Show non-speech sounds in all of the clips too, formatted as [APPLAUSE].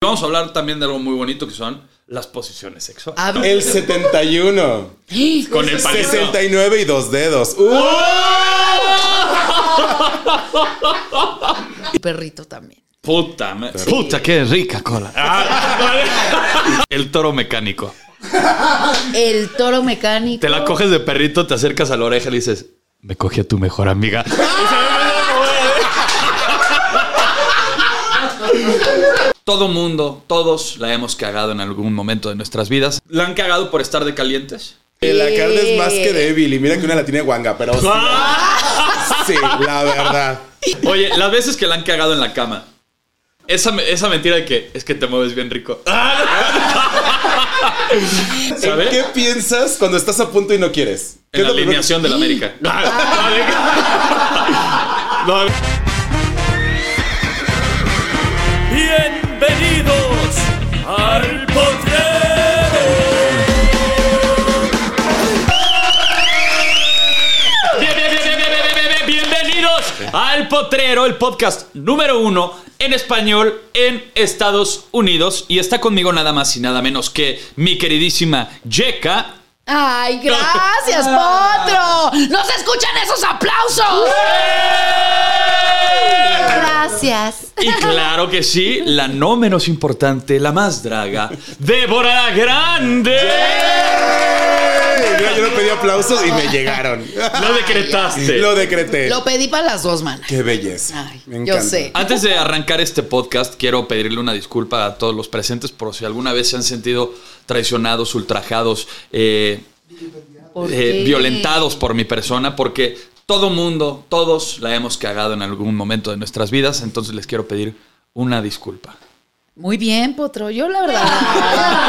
vamos a hablar también de algo muy bonito que son las posiciones sexuales. A ver. El 71. Con el palito. 69 y dos dedos. ¡Uh! perrito también. Puta, me- Puta, qué rica cola. [LAUGHS] Ah, el toro mecánico. El toro mecánico. Te la coges de perrito, te acercas a la oreja y le dices, me cogí a tu mejor [LAUGHS] amiga. Todo mundo, todos la hemos cagado en algún momento de nuestras vidas. La han cagado por estar de calientes. Eh, La carne es más que débil. Y mira que una la tiene guanga, pero sí, ¡Ah! sí, la verdad. Oye, las veces que la han cagado en la cama. Esa, me- esa mentira de que es que te mueves bien rico. ¿Sabes? ¿Qué piensas cuando estás a punto y no quieres? ¿Qué ¿Eh? En la es lo primero- alineación del [LAUGHS] América. No. Bienvenidos al potrero. Bien, bien, bien, bien, bien, bien, bien, bien, bien, Bienvenidos al Potrero, el podcast número uno en español en Estados Unidos. Y está conmigo nada más y nada menos que mi queridísima Yeka. ¡Ay, gracias, Potro! ¡Nos escuchan esos aplausos! Gracias. Y claro que sí, la no menos importante, la más draga, Débora Grande. ¡Ey! Mira, yo no pedí aplausos y me llegaron. Lo decretaste. Lo Eh, decreté. Lo pedí para las dos, manas. Qué belleza. Ay, Me yo encanta. sé. Antes de arrancar este podcast, quiero pedirle una disculpa a todos los presentes por si alguna vez se han sentido traicionados, ultrajados, eh, ¿Por eh, qué? violentados por mi persona, porque todo mundo, todos la hemos cagado en algún momento de nuestras vidas, entonces les quiero pedir una disculpa. Muy bien, Potro. Yo, la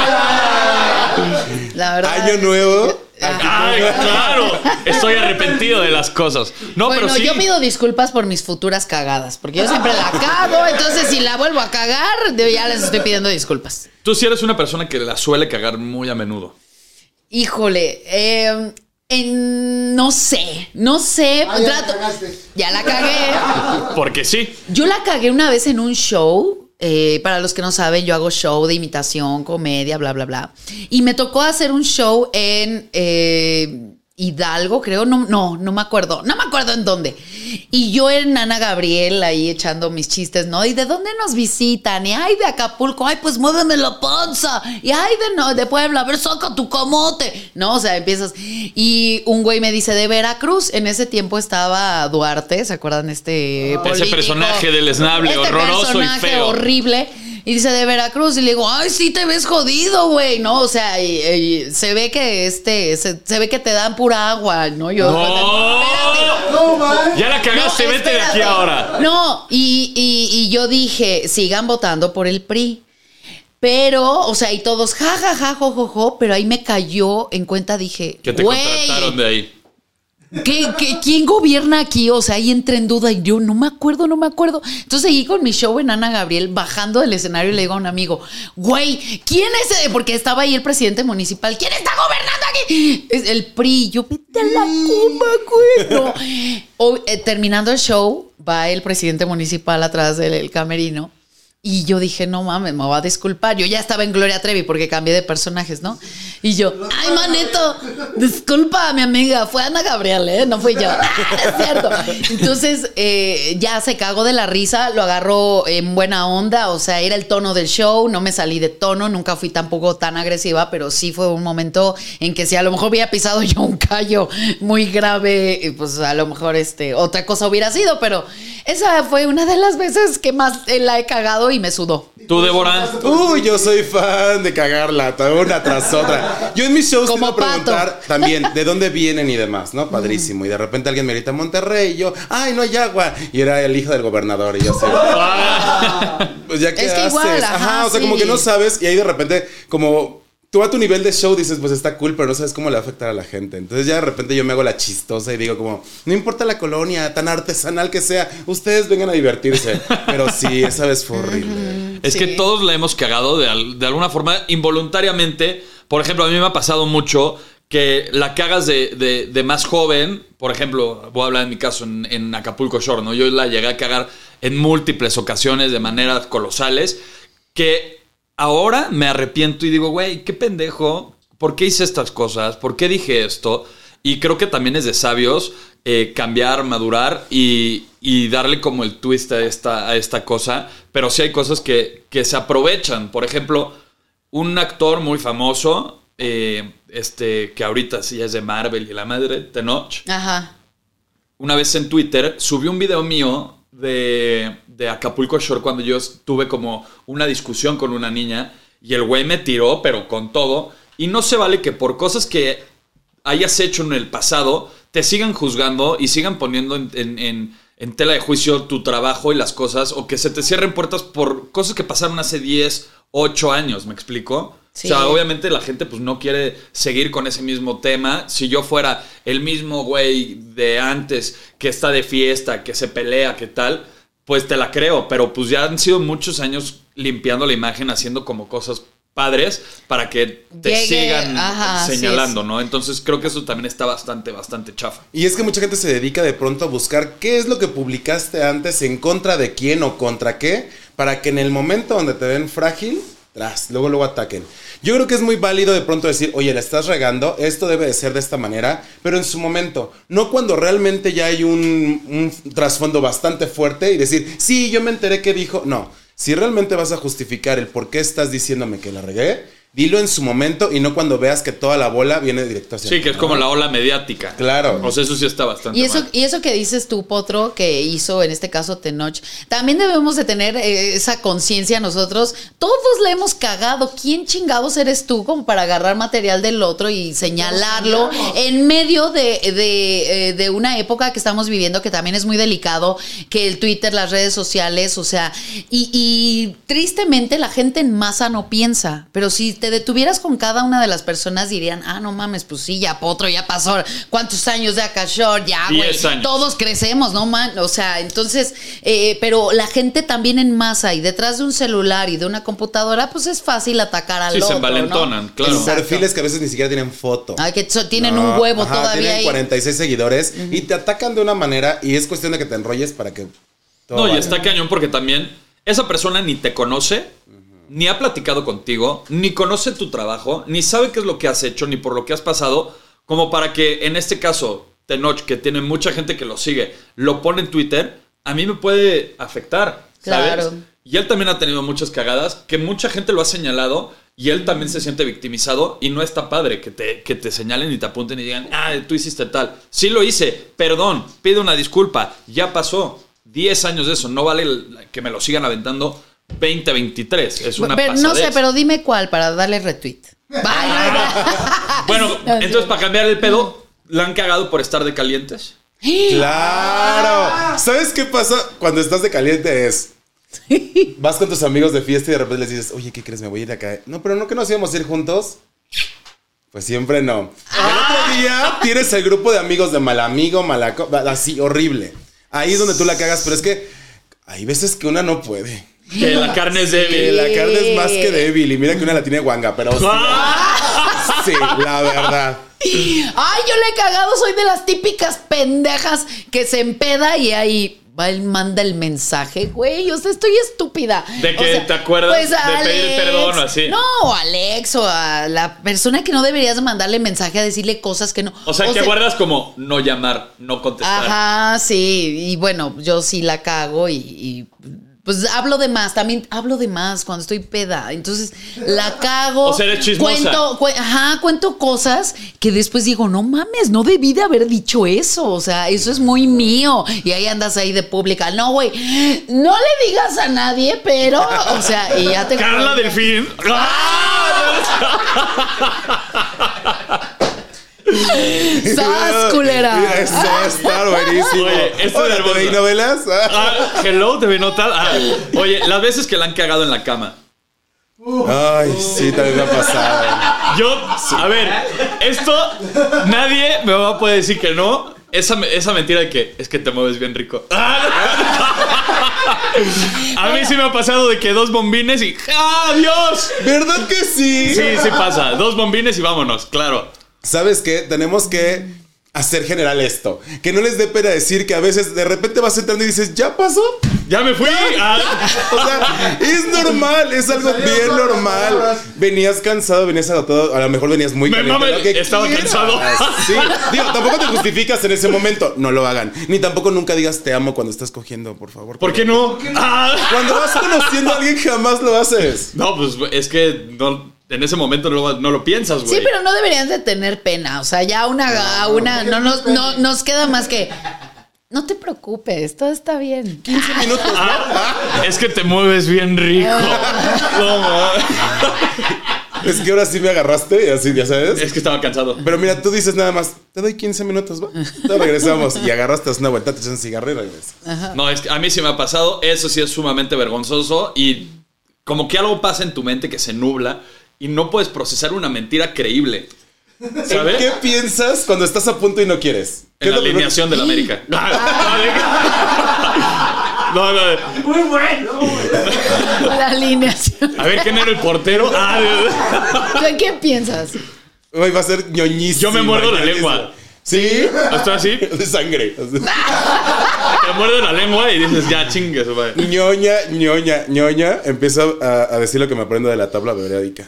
verdad. la verdad. Ah. Año nuevo. ¡Ay, claro! Estoy arrepentido de las cosas. No, bueno, pero sí. yo pido disculpas por mis futuras cagadas, porque yo siempre la cago, entonces si la vuelvo a cagar, yo ya les estoy pidiendo disculpas. Tú sí eres una persona que la suele cagar muy a menudo. Híjole, eh, en- no sé, no sé. trato- ya la cagué. Porque sí. Yo la cagué una vez en un show. eh, para los que no saben, yo hago show de imitación, comedia, bla, bla, bla. Y me tocó hacer un show en eh, Hidalgo, creo. No, no, no me acuerdo. No me acuerdo en dónde. Y yo en Ana Gabriel ahí echando mis chistes, ¿no? ¿Y de dónde nos visitan? Y ay, de Acapulco. Ay, pues muéveme la panza. Y ay, de, no, de Puebla. A ver, saca tu comote. No, o sea, empiezas. Y un güey me dice de Veracruz. En ese tiempo estaba Duarte, ¿se acuerdan? Este Ese personaje del esnable, este horroroso y personaje feo. horrible. Y dice de Veracruz y le digo, ay, sí te ves jodido, güey, ¿no? O sea, y- y se ve que este, se, se ve que te dan pura agua, ¿no? Yo, ¡No! Espérate. Ya la cagaste, No, vete de aquí espérate. ahora. No, y, y- y yo dije, sigan votando por el PRI. Pero, o sea, y todos, ja, ja, ja, jo, jo, jo, pero ahí me cayó en cuenta, dije, Que te güey, contrataron de ahí. ¿Qué- qué- quién gobierna aquí? O sea, ahí entra en duda y yo no me acuerdo, no me acuerdo. Entonces seguí con mi show en Ana Gabriel bajando del escenario y le digo a un amigo, güey, ¿quién es? eh?" Porque estaba ahí el presidente municipal. ¿Quién está gobernando aquí? Es el PRI. Yo, vete a la coma, güey. No. O- eh, terminando el show, va el presidente municipal atrás del el camerino. Y yo dije, no mames, me va a disculpar. Yo ya estaba en Gloria Trevi porque cambié de personajes, ¿no? Y yo, ay, manito, disculpa, mi amiga, fue Ana Gabriel, ¿eh? No fui yo. [LAUGHS] Ah, es cierto. Entonces, eh, ya se cagó de la risa, lo agarró en buena onda, o sea, era el tono del show, no me salí de tono, nunca fui tampoco tan agresiva, pero sí fue un momento en que si a lo mejor hubiera pisado [LAUGHS] yo un callo muy grave, eh, pues a lo mejor este, otra cosa hubiera sido, pero esa fue una de las veces que más eh, la he cagado y me sudó. Tú, Débora. Uy, yo soy fan de cagarla, t- una tras otra. Yo en mis shows Como tengo que preguntar pato. [LAUGHS] también de dónde vienen y demás, ¿no? Padrísimo. Y de repente alguien me grita Monterrey y yo, ay, no hay agua. Y era el hijo del gobernador y yo así. Ah. [LAUGHS] Pues ya que Es que haces. igual, ajá, ajá, o sea, sí. como que no sabes y ahí de repente como tú a tu nivel de show dices, pues está cool, pero no sabes cómo le va a afectar a la gente. Entonces ya de repente yo me hago la chistosa y digo como, no importa la colonia, tan artesanal que sea, ustedes vengan a divertirse. Pero sí, esa vez fue horrible. Es que Sí. todos la hemos cagado de, al- de alguna forma involuntariamente. Por ejemplo, a mí me ha pasado mucho que la cagas de, de- de más joven. Por ejemplo, voy a hablar en mi caso en, en Acapulco Shore, ¿no? Yo la llegué a cagar en múltiples ocasiones de maneras colosales. Que ahora me arrepiento y digo, güey, qué pendejo, ¿por qué hice estas cosas? ¿Por qué dije esto? Y creo que también es de sabios eh, cambiar, madurar y, y darle como el twist a esta, a esta cosa. Pero sí hay cosas que, que se aprovechan. Por ejemplo, un actor muy famoso, eh, este, que ahorita sí es de Marvel y la madre, Tenoch Ajá. una vez en Twitter subí un video mío de, de Acapulco Shore cuando yo tuve como una discusión con una niña y el güey me tiró, pero con todo. Y no se vale que por cosas que hayas hecho en el pasado te sigan juzgando y sigan poniendo en, en- en- en tela de juicio tu trabajo y las cosas o que se te cierren puertas por cosas que pasaron hace 10, 8 años, ¿me explico? Sí. O sea, obviamente la gente pues no quiere seguir con ese mismo tema. Si yo fuera el mismo güey de antes que está de fiesta, que se pelea, que tal, pues te la creo. Pero pues ya han sido muchos años limpiando la imagen, haciendo como cosas padres para que te Llegue, sigan ajá, así señalando, ¿no? Entonces creo que eso también está bastante, bastante chafa. Y es que mucha gente se dedica de pronto a buscar qué es lo que publicaste antes, en contra de quién o contra qué, para que en el momento donde te ven frágil, tras, luego luego ataquen. Yo creo que es muy válido de pronto decir, oye, la estás regando, esto debe de ser de esta manera, pero en su momento, no cuando realmente ya hay un, un trasfondo bastante fuerte y decir, sí, yo me enteré que dijo, no, si realmente vas a justificar el por qué estás diciéndome que la regué, dilo en su momento y no cuando veas que toda la bola viene directo hacia Sí, ti, que es ¿no? como la ola mediática. Claro. O sea, eso sí está bastante Y eso, mal. y eso que dices tú, Potro, que hizo en este caso Tenoch, también debemos de tener eh, esa conciencia nosotros. Todos le hemos cagado. ¿Quién chingados eres tú como para agarrar material del otro y señalarlo en medio de, de, eh, de una época que estamos viviendo que también es muy delicado, que el Twitter, las redes sociales, o sea, y, y tristemente la gente en masa no piensa, pero si te detuvieras con cada una de las personas dirían, ah, no mames, pues sí, ya Potro, ya pasó, ¿cuántos años de Akashor? Ya, Ah, güey, Diez años. todo todos crecemos, ¿no, man? O sea, entonces, eh, pero la gente también en masa y detrás de un celular y de una computadora, pues es fácil atacar al Sí, se otro. ¿no? envalentonan, claro. Exacto. perfiles que a veces ni siquiera tienen foto. Ay, que so- tienen No, un huevo ajá, todavía Tienen ahí. 46 seguidores y te atacan de una manera y es cuestión de que te enrolles para que. todo No, y vaya. está cañón porque también esa persona ni te conoce, ni ha platicado contigo, ni conoce tu trabajo, ni sabe qué es lo que has hecho, ni por lo que has pasado, como para que en este caso, Tenoch, que tiene mucha gente que lo sigue, lo pone en Twitter, a mí me puede afectar. ¿sabes? Claro. Y él también ha tenido muchas cagadas, que mucha gente lo ha señalado. Y él también se siente victimizado y no está padre que te, que te señalen y te apunten y digan, ah, tú hiciste tal. Sí lo hice, perdón, pido una disculpa, ya pasó 10 años de eso, no vale el- que me lo sigan aventando 2023, es una Pero, no pasadez. sé, pero dime cuál para darle retweet. Vaya. Bueno, entonces para cambiar el pedo, ¿la han cagado por estar de calientes? Ah. ¡Claro! ¿Sabes qué pasa cuando estás de caliente? Es. Vas con tus amigos de fiesta y de repente les dices, oye, ¿qué crees? Me voy a ir de acá. No, pero no que nos íbamos a ir juntos. Pues siempre no. El Ah. otro día tienes el grupo de amigos de mal amigo, malaco, así, horrible. Ahí es donde tú la cagas, pero es que hay veces que una no puede. Que la carne es Que débil. la carne es más que débil y mira que una la tiene guanga, pero Ah. sí, la verdad. Ay, yo le he cagado, soy de las típicas pendejas que se empeda y ahí va él manda el mensaje, güey, o sea, estoy estúpida. De que O sea, pues, te acuerdas de pedir perdón o así. No, o Alex o a la persona que no deberías mandarle mensaje a decirle cosas que no. O sea, que guardas como no llamar, no contestar. Ajá, sí, y bueno, yo sí la cago y... y, pues hablo de más, también hablo de más cuando estoy peda. Entonces la cago. O sea, eres chismosa. Cuento, cue- ajá, cuento cosas que después digo, no mames, no debí de haber dicho eso. O sea, eso es muy mío. Y ahí andas ahí de pública. No, güey, no le digas a nadie, pero, o sea, y ya te. Carla Delfín. Ah, ¡Sas, Mira, culera! Eso va a estar buenísimo. Oye, esto Hola, es hermoso. ¿TV novelas? Ah. Ah, hello, te vi notar. Ah, oye, las veces que la han cagado en la cama. Ay, sí, también me ha pasado. Yo, a ver, esto nadie me va a poder decir que no. Esa, me- esa mentira de que es que te mueves bien rico. Ah. A mí sí me ha pasado de que dos bombines y ¡ah, Dios! ¿Verdad que sí? Sí, sí pasa. Dos bombines y vámonos, claro. ¿Sabes qué? Tenemos que hacer general esto. Que no les dé pena decir que a veces de repente vas entrando y dices, ¿ya pasó? Ya me fui. Ah. O sea, es normal, es algo Salieron bien todas las normal. palabras. Venías cansado, venías agotado, a lo mejor venías muy Me caliente. mama lo que estaba cansado. [LAUGHS] Sí, digo, tampoco te justificas en ese momento, no lo hagan. Ni tampoco nunca digas te amo cuando estás cogiendo, por favor. ¿Por qué no? Ah. Cuando vas conociendo a alguien jamás lo haces. No, pues es que no- en ese momento no, no lo piensas, güey. Sí, pero no deberían de tener pena. O sea, ya una, a una, no nos, no, nos queda más que. No te preocupes, todo está bien. 15 minutos, ¿no? Ah, es que te mueves bien rico. No, ma- Es que ahora sí me agarraste y así, ya sabes. es que estaba cansado. Pero mira, tú dices nada más, te doy 15 minutos, va. Te regresamos. Y agarraste, das una vuelta, te echas un cigarro y regresas. No, es que a mí sí me ha pasado. Eso sí es sumamente vergonzoso. Y como que algo pasa en tu mente que se nubla y no puedes procesar una mentira creíble. ¿Sabes? ¿Qué piensas cuando estás a punto y no quieres? ¿Qué En la es lo primero? alineación del América. No, no, no. Muy bueno, güey. La alineación. A ver, ¿quién era el portero? Ah, ¿Tú en qué piensas? Güey, va a ser Yo ñoñísimo. me muerdo la lengua. ¿Sí? estoy así, De sangre. te muerde la lengua y dices, ya chingues, güey. ñoña, ñoña, ñoña. Empiezo a, a decir lo que me aprendo de la tabla periódica.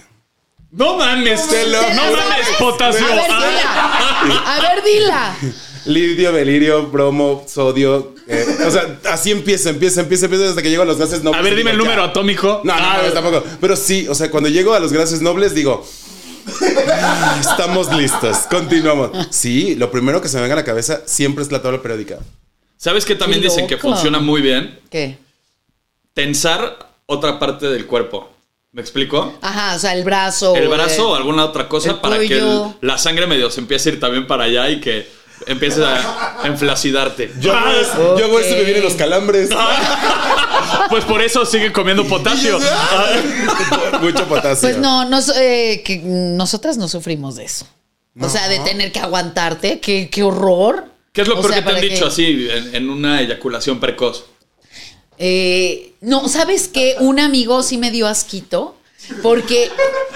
No mames, Te lo- no ¿Te la mames, sabes? potasio. A ver, Ah. dila. A ver, dila. Lidio, belirio, bromo, sodio. eh, o sea, así empieza, empieza, empieza, empieza desde que llego a los gases nobles. A ver, dime el Ya. número atómico. No, no, Ah, no, no, tampoco. Pero sí, o sea, cuando llego a los grases nobles digo. "Ah, Estamos listos, continuamos. Sí, lo primero que se me venga a la cabeza siempre es la tabla periódica. ¿Sabes qué también Qué dicen que loco. funciona muy bien? ¿Qué? Tensar otra parte del cuerpo. ¿Me explico? Ajá, o sea, el brazo. eh, El brazo o alguna otra el cosa para que el- cuello. la sangre medio se empiece a ir también para allá y que empieces a enflacidarte. Yo, hago eso- yo hago eso y me vienen los calambres. Ah. Pues por eso sigue comiendo potasio. [LAUGHS] "Ah". Mucho potasio. Pues no, nos, eh, que nosotras no sufrimos de eso. O sea, de tener que aguantarte, qué, qué horror. ¿Qué es lo O peor sea, que te han para dicho así en, en una eyaculación precoz? Eh, no, ¿sabes qué? Un amigo sí me dio asquito. Porque,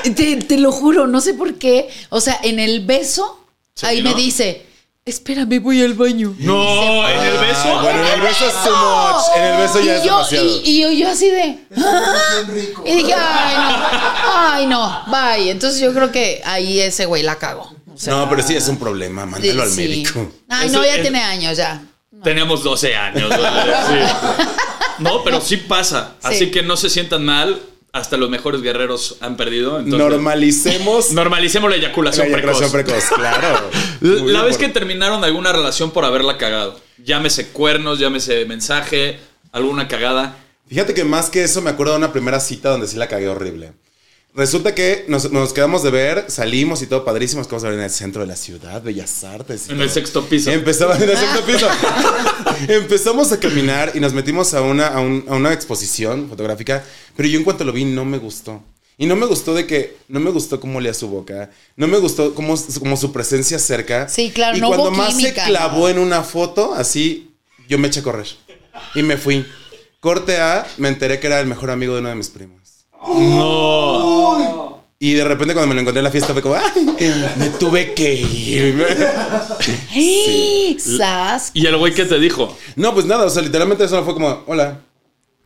te, te lo juro, no sé por qué. O sea, en el beso, Sí, ahí ¿no? me dice, espérame, voy al baño. No, en el Ah, beso. bueno, en el beso es too much. En el beso ya y es yo, demasiado. Y, y yo, yo así de... "Ah". Es bien rico. Y dije, ay, no, ay, no, bye. Entonces yo creo que ahí ese güey la cagó. O sea, eh, no, pero sí es un problema. Mándalo al sí. médico. Ay, Eso no, ya es- tiene años ya. Teníamos 12 años. [LAUGHS] güey, sí. No, pero sí pasa. Sí. Así que no se sientan mal. Hasta los mejores guerreros han perdido. entonces- [LAUGHS] Normalicemos Normalicemos la eyaculación, la eyaculación precoz. precoz. Claro. Muy La vez importante. que terminaron alguna relación por haberla cagado. Llámese cuernos, llámese mensaje, alguna cagada. Fíjate que más que eso me acuerdo de una primera cita donde sí la cagué horrible. Resulta que nos, nos quedamos de ver, salimos y todo padrísimo, nos quedamos de ver en el centro de la ciudad, Bellas Artes. y En todo. el sexto piso. Empezaba Ah. en el sexto [LAUGHS] piso. Empezamos a caminar y nos metimos a una, a, un- a una exposición fotográfica, pero yo en cuanto lo vi no me gustó. Y no me gustó de que, no me gustó cómo leía su boca, no me gustó cómo, su- como su presencia cerca. Sí, claro, y no hubo cuando más química, se clavó en una foto, así, yo me eché a correr. Y me fui. Corte A, me enteré que era el mejor amigo de uno de mis primos. Y de repente cuando me lo encontré en la fiesta fue como, ¡ay! Me tuve [LAUGHS] que ir. ¡Ey! ¡Sas! Y el güey que te dijo. No, pues nada, o sea, literalmente solo fue como, hola.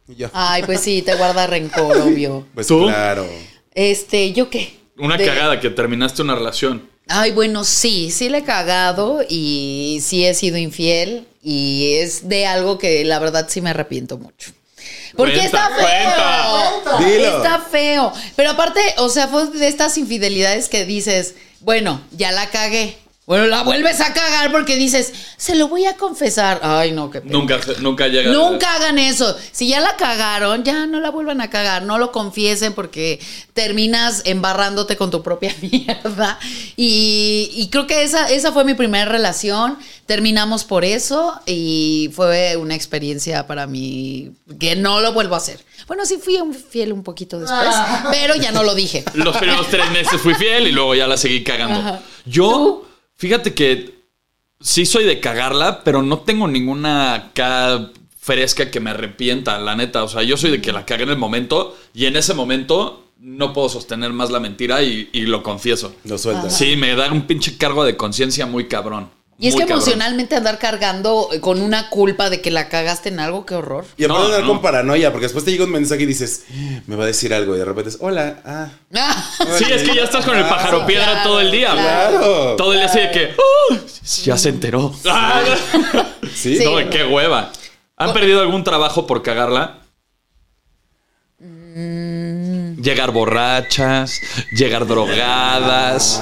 Y ya. Ay, pues sí, te guarda rencor, obvio. pues ¿tú? claro. Este, ¿yo qué? Una De- cagada que terminaste una relación. Ay, bueno, sí, sí le he cagado y sí he sido infiel y es de algo que la verdad sí me arrepiento mucho. Porque Cuenta, está feo. cuenta. Dilo. Está feo. Pero aparte, o sea, fue de estas infidelidades que dices, bueno, ya la cagué. Bueno, la vuelves a cagar porque dices, se lo voy a confesar. Ay, no, qué pena. Nunca, nunca llega. Em- Nunca hagan eso. Si ya la cagaron, ya no la vuelvan a cagar. No lo confiesen porque terminas embarrándote con tu propia [LAUGHS] mierda. Y, y creo que esa, esa fue mi primera relación. Terminamos por eso y fue una experiencia para mí que no lo vuelvo a hacer. Bueno, sí fui un fiel un poquito después, Ah. pero ya no [LAUGHS] lo dije. Los primeros tres meses fui fiel y luego ya la seguí cagando. Yo, fíjate que sí soy de cagarla, pero no tengo ninguna acá fresca que me arrepienta, la neta. O sea, yo soy de que la cagué en el momento y en ese momento no puedo sostener más la mentira y, y lo confieso. Lo sueltas. Sí, me da un pinche cargo de conciencia muy cabrón. Y es Muy que cabrón. emocionalmente andar cargando con una culpa de que la cagaste en algo, [LAUGHS] qué horror. Y aparte No, andar no. con paranoia, porque después te llega un mensaje y dices, me va a decir algo, y de repente es, hola, ah. Sí, es que ya estás con el pájaro sí, piedra claro, todo el día. güey. Claro. Todo el día así de que. "Oh, ya se enteró. Ah, [LAUGHS] Sí. Sí. no, güey, qué hueva. ¿Han perdido algún trabajo por cagarla? Mm. Llegar borrachas, llegar drogadas.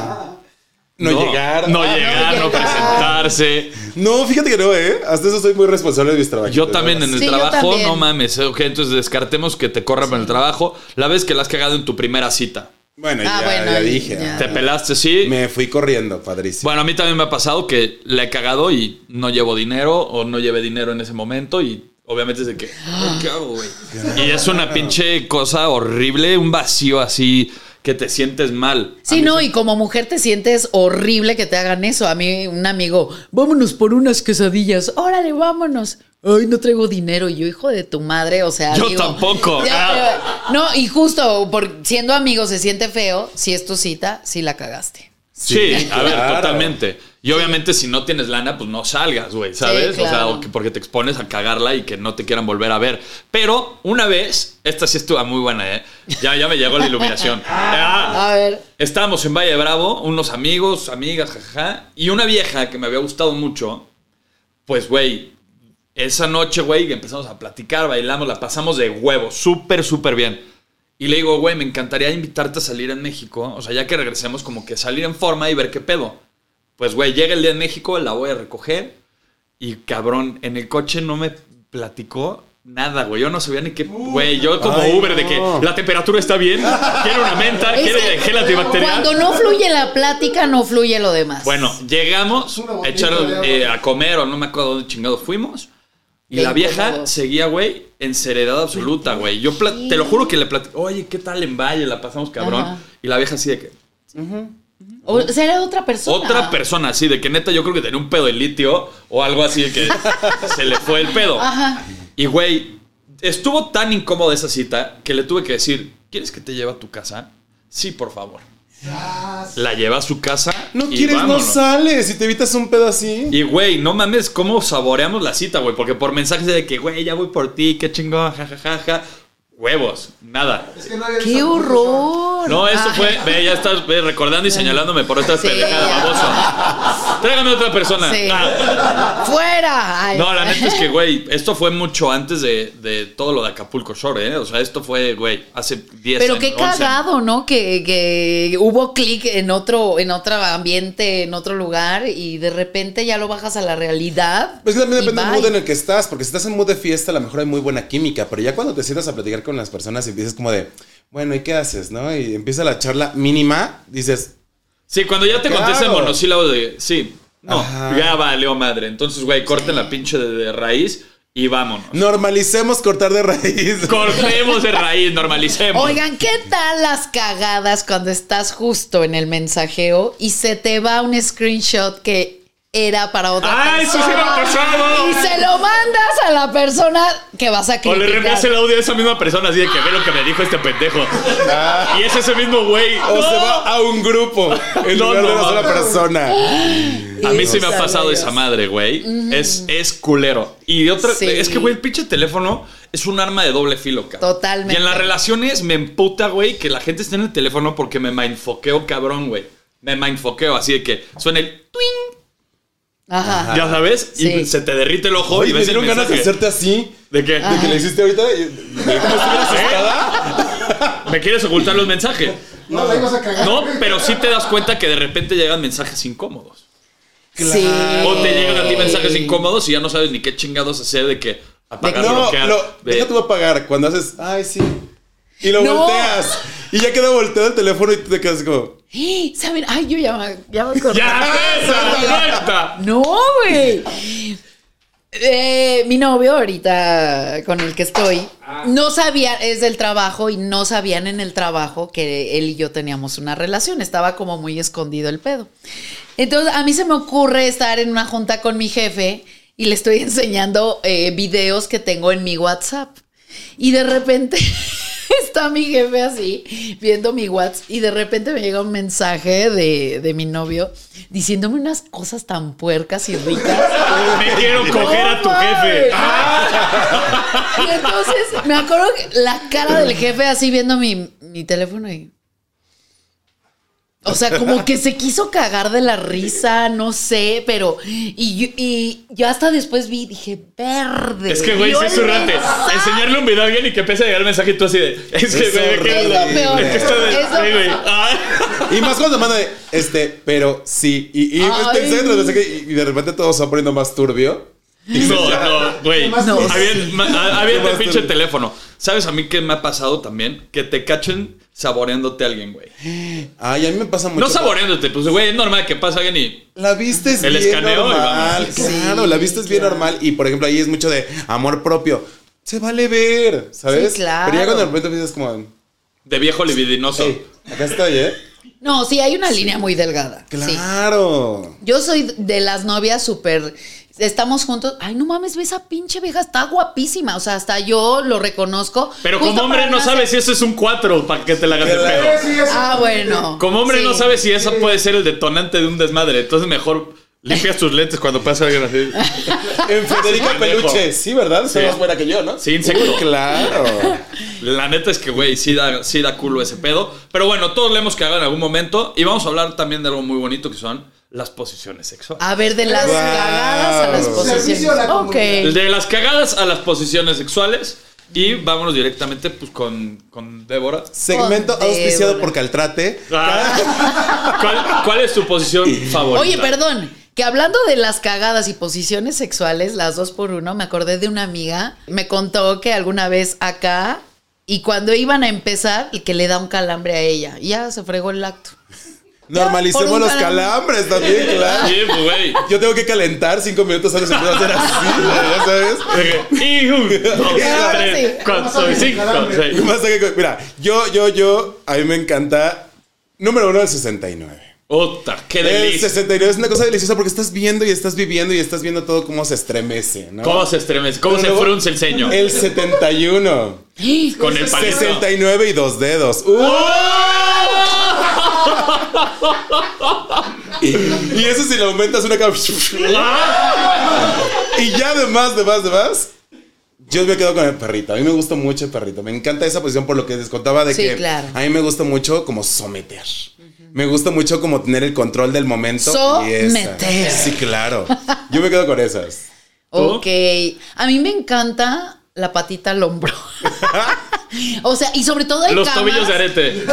No, llegar. No Ah, llegar, no, llegar. presentarse. No, fíjate que no, ¿eh? Hasta eso soy muy responsable de mis trabajos. Yo también en el Sí, yo trabajo, también. no mames. eh, Ok, entonces descartemos que te corran en el trabajo. La vez que la has cagado en tu primera cita. Bueno, Ah, ya, bueno, ya y- dije. ya. ah. Te pelaste, sí. Me fui corriendo, padrísimo. Bueno, a mí también me ha pasado que la he cagado y no llevo dinero o no llevé dinero en ese momento y obviamente es de que, ¿qué hago, güey? Y es una pinche cosa horrible, un vacío así que te sientes mal. Sí, no, y como mujer te sientes horrible que te hagan eso. A mí, un amigo, vámonos por unas quesadillas. Órale, vámonos. Ay, no traigo dinero. Y yo, hijo de tu madre, o sea. Yo tampoco. Ah. Ya, pero- no, y justo por siendo amigo se siente feo. Si es tu cita, si la cagaste. Sí, Sí, a ver, claro. totalmente. Y obviamente si no tienes lana, pues no salgas, güey, ¿sabes? O sea, claro. o que- porque te expones a cagarla y que no te quieran volver a ver. Pero una vez, esta sí estuvo muy buena, ¿eh? Ya, ya me llegó la [LAUGHS] iluminación. Ah. A ver. Estábamos en Valle de Bravo, unos amigos, amigas, jajaja, y una vieja que me había gustado mucho, pues, güey, esa noche, güey, empezamos a platicar, bailamos, la pasamos de huevo, súper, súper bien. Y le digo, güey, me encantaría invitarte a salir en México, o sea, ya que regresemos, como que salir en forma y ver qué pedo. Pues, güey, llega el día en México, la voy a recoger, y cabrón, en el coche no me platicó nada, güey. Yo no sabía ni qué. Güey, yo como Ay, Uber de no. que la temperatura está bien, quiero una menta, Es quiero que gel antibacterial. Cuando no fluye la plática, no fluye lo demás. Bueno, llegamos, Una botella de echaron agua. eh, a comer o no me acuerdo dónde chingados fuimos. Y Qué la vieja incómodo. seguía, güey, en seriedad absoluta, güey. Yo pla- te lo juro que le platicé, oye, ¿qué tal en Valle? La pasamos cabrón. Ajá. Y la vieja así de que, O sea, era otra persona. otra persona así, de que neta yo creo que tenía un pedo de litio o algo así de [LAUGHS] que se le fue el pedo. Ajá. Y güey, estuvo tan incómoda esa cita que le tuve que decir, ¿quieres que te lleve a tu casa? Sí, por favor. La lleva a su casa. No y quieres, vámonos. no sales. Y te evitas un pedo así. Y güey, no mames, cómo saboreamos la cita, güey, porque por mensajes de que, güey, ya voy por ti, qué chingón, jajajaja, huevos, nada. Es que no había ¡Qué esa horror! No, eso Ah. fue, ve, ya estás ve, recordando y señalándome por otras Sí, pendejadas, ya. baboso. Tráigame otra persona. Sí. Ah. ¡Fuera! Ay. No, la neta es que, güey, esto fue mucho antes de, de todo lo de Acapulco Shore, ¿eh? O sea, esto fue, güey, hace 10 Pero años. qué 11 años. cagado, ¿no? Que, que hubo clic en otro, en otro ambiente, en otro lugar, y de repente ya lo bajas a la realidad. Pues que también y depende del bye. mood en el que estás, porque si estás en mood de fiesta, a lo mejor hay muy buena química, pero ya cuando te sientas a platicar con las personas y empiezas como de, bueno, ¿y qué haces? ¿No? Y empieza la charla mínima, dices, Sí, cuando ya te Claro. contesta el monosílabo de sí, no, Ajá. ya valió madre. Entonces, güey, corten la pinche de, de raíz y vámonos. normalicemos cortar de raíz. Cortemos de raíz, normalicemos. Oigan, ¿qué tal las cagadas cuando estás justo en el mensajeo y se te va un screenshot que era para otra ¡Ay, Ah, eso persona? sí me ha pasado! Y se lo mandas a la persona que vas O a le criticar. reenvías el audio a esa misma persona así de que ve lo que me dijo este pendejo. Y es ese mismo güey. Ah. O ¡No! se va a un grupo en No, lugar de no, una sola no. persona. A mí sí me ha Sabe pasado Dios. esa madre, güey. Es, es culero. Y otra, Sí. es que, güey, el pinche teléfono es un arma de doble filo, cabrón. Totalmente. Y en las relaciones me emputa, güey, que la gente esté en el teléfono porque me mindfoqueo, cabrón, güey. Me mindfoqueo, así de que suena el twing, Ajá. ya sabes, y Sí. se te derrite el ojo y Ah. Oye, me ves el dieron ganas de mensaje. hacerte así. ¿De qué? De que le hiciste ahorita. y- de cómo estuvieras asustada. ¿Eh? ¿Me quieres ocultar los mensajes? No, la ibas a cagar. No, pero sí te das cuenta que de repente llegan mensajes incómodos. Sí. O te llegan a ti mensajes incómodos y ya no sabes ni qué chingados hacer de que apagar, No, bloquear. lo, de- deja tú apagar cuando haces, ay, sí. Y lo No. volteas. Y ya queda volteado el teléfono y tú te quedas como. ¡Eh! [GASPS] ¿Saben? Ay, yo ya me, ya me acordé. ¡Ya ves, Samantha! No, güey. Eh, mi novio ahorita con el que estoy no sabía, es del trabajo y no sabían en el trabajo que él y yo teníamos una relación, estaba como muy escondido el pedo. Entonces a mí se me ocurre estar en una junta con mi jefe y le estoy [LAUGHS] enseñando eh, videos que tengo en mi WhatsApp y de repente [LAUGHS] está mi jefe así, viendo mi WhatsApp, y de repente me llega un mensaje de, de mi novio diciéndome unas cosas tan puercas y ricas. [LAUGHS] Me quiero coger a tu ¡No, jefe. mames! [LAUGHS] Y entonces me acuerdo que la cara del jefe así viendo mi, mi teléfono y. O sea, como que se quiso cagar de la risa, no sé, pero. Y yo, y yo hasta después vi, dije, verde. Es que, güey, sí Dios es zurrante. mío, santo". Enseñarle un video a alguien y que empiece a llegar el mensaje y tú así de. Es que, Es güey, me quiero- Es lo peor. Es que está de. Es lo sí, güey. peor. Ay. Y más cuando manda de, este, pero sí. Y, y, Ay. este, etcétera, no sé qué, y- y de repente todo se va poniendo más turbio. No, no, güey. más No. A bien, ma- a- a [LAUGHS] bien ¿Qué de más pinche tú? teléfono. ¿Sabes a mí qué me ha pasado también? Que te cachen saboreándote a alguien, güey. Ay, a mí me pasa mucho. No saboreándote, pues, güey, es normal que pasa alguien y. La viste es El bien escaneo, normal. vamos. Claro, la viste es bien normal. Y por ejemplo, ahí es mucho de amor propio. Se vale ver, ¿sabes? Sí, claro. Pero ya cuando de repente piensas como, De viejo libidinoso. hey, acá estoy, ¿eh? No, sí, hay una línea muy delgada. sí. Claro. Yo soy de las novias súper. Estamos juntos. Ay, no mames, ve esa pinche vieja, está guapísima. O sea, hasta yo lo reconozco. Pero Justo como hombre para no hacer- sabes si eso es un 4 para que te la hagas de Claro. pedo. Sí, es- [LAUGHS] Ah, bueno. Como hombre Sí. no sabes si eso puede ser el detonante de un desmadre. Entonces mejor limpias tus lentes cuando pasa alguien así. [LAUGHS] En Federica Pendejo. Peluche, sí, ¿verdad? Soy Sí. más buena que yo, ¿no? Sí, insecto. Uy, claro. La neta es que, güey, sí da, sí da culo ese pedo. Pero bueno, todos le hemos cagado en algún momento. Y vamos a hablar también de algo muy bonito que son las posiciones sexuales. A ver, de las Wow. cagadas a las posiciones. Servicio a la ok. comunidad. De las cagadas a las posiciones sexuales. Y vámonos directamente pues con, con Débora. Segmento Con auspiciado Débora. por Caltrate. Ah, ¿Cuál, cuál es tu posición favorita? Oye, perdón, que hablando de las cagadas y posiciones sexuales, las dos por uno, me acordé de una amiga, me contó que alguna vez acá, y cuando iban a empezar, el que le da un calambre a ella, y ya se fregó el acto. por Normalicemos un los calambre. calambres también, claro. Sí, pues, güey. Yo tengo que calentar cinco minutos antes de empezar a hacer así, ¿ya sabes? Y un, dos, Ahora tres, sí. cuatro, cinco, Y seis. más que- mira, yo, yo, yo, a mí me encanta. Número uno, el 69. Otra, qué El delicia. 69 es una cosa deliciosa porque estás viendo y estás viviendo y estás viendo todo cómo se estremece, ¿no? ¿Cómo se estremece? ¿Cómo Pero se luego- frunce el ceño? El 71. Con el ¡Oh! palito. 69 y dos dedos. ¡Uh! y, y eso si le aumentas una cama. [LAUGHS] Ah, y ya de más, de más, de más. Yo me quedo con el perrito. A mí me gusta mucho el perrito. Me encanta esa posición por lo que les contaba de Sí, que claro. a mí me gusta mucho como someter. Me gusta mucho como tener el control del momento. y esa. Someter. Sí, claro. Yo me quedo con esas. ¿Tú? Ok. A mí me encanta la patita al hombro. [LAUGHS] o sea, y sobre todo hay Los camas- tobillos de arete.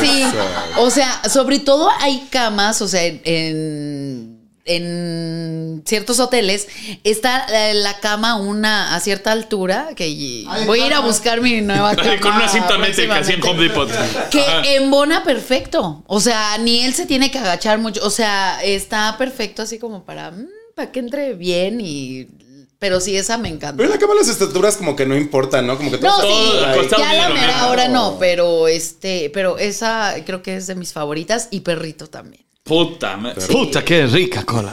Sí. Eso. O sea, sobre todo hay camas, o sea, en. en- en ciertos hoteles está eh, la cama a una a cierta altura que Ay, voy a ir a cama. buscar mi nueva cama Con una cinta métrica así en próximamente. Home Depot. Que Ajá. embona perfecto. O sea, ni él se tiene que agachar mucho. O sea, está perfecto así como para, mm, para que entre bien y. Pero sí, esa me encanta. Pero en la cama las estaturas como que no importan, ¿no? Como que No, todos- sí, Todo, Ay, acostado ya la bien, mera ¿no? ahora no, pero este, pero esa creo que es de mis favoritas y perrito [LAUGHS] también. Puta, ma- puta, qué rica cola.